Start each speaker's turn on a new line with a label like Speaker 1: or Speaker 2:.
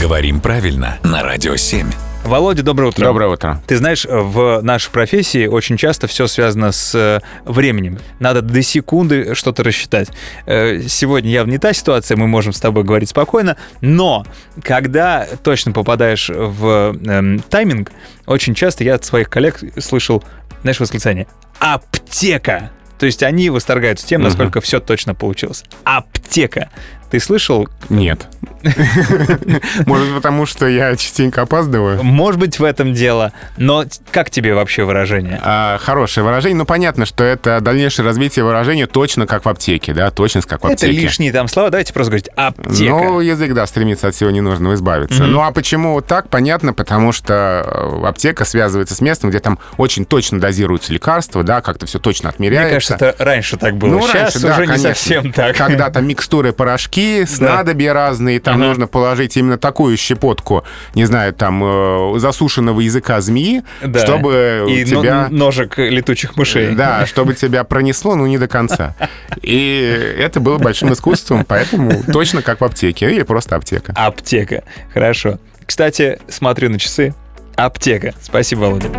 Speaker 1: Говорим правильно на Радио 7.
Speaker 2: Володя, доброе утро.
Speaker 3: Доброе утро.
Speaker 2: Ты знаешь, в нашей профессии очень часто все связано с э, временем. Надо до секунды что-то рассчитать. Э, Сегодня явно не та ситуация, мы можем с тобой говорить спокойно, но когда точно попадаешь в эм, тайминг, очень часто я от своих коллег слышал, знаешь, восклицание «Аптека!» То есть они восторгаются тем, насколько все точно получилось. Аптека! Ты слышал?
Speaker 3: Нет. Может, потому что я частенько опаздываю?
Speaker 2: Может быть, в этом дело, но т- как тебе вообще выражение?
Speaker 3: А, хорошее выражение, но понятно, что это дальнейшее развитие выражения точно как в аптеке, да, точность как в
Speaker 2: Это
Speaker 3: аптеке.
Speaker 2: лишние там слова, давайте просто говорить аптека.
Speaker 3: Ну, язык, да, стремится от всего ненужного избавиться. Ну, а почему вот так? Понятно, потому что э, аптека связывается с местом, где там очень точно дозируются лекарства, да, как-то все точно отмеряется.
Speaker 2: Мне кажется, это раньше так было.
Speaker 3: Ну,
Speaker 2: Сейчас
Speaker 3: раньше, да,
Speaker 2: уже не
Speaker 3: конечно.
Speaker 2: совсем так.
Speaker 3: Когда там микстуры, порошки, снадобья разные, там
Speaker 2: Ага.
Speaker 3: нужно положить именно такую щепотку, не знаю, там э, засушенного языка змеи,
Speaker 2: Да.
Speaker 3: чтобы
Speaker 2: И
Speaker 3: у тебя...
Speaker 2: но- ножек летучих мышей.
Speaker 3: Да, чтобы тебя пронесло, но не до конца. И это было большим искусством, поэтому точно как в аптеке, или просто аптека.
Speaker 2: Аптека. Хорошо. Кстати, смотрю на часы. Аптека. Спасибо, Володя.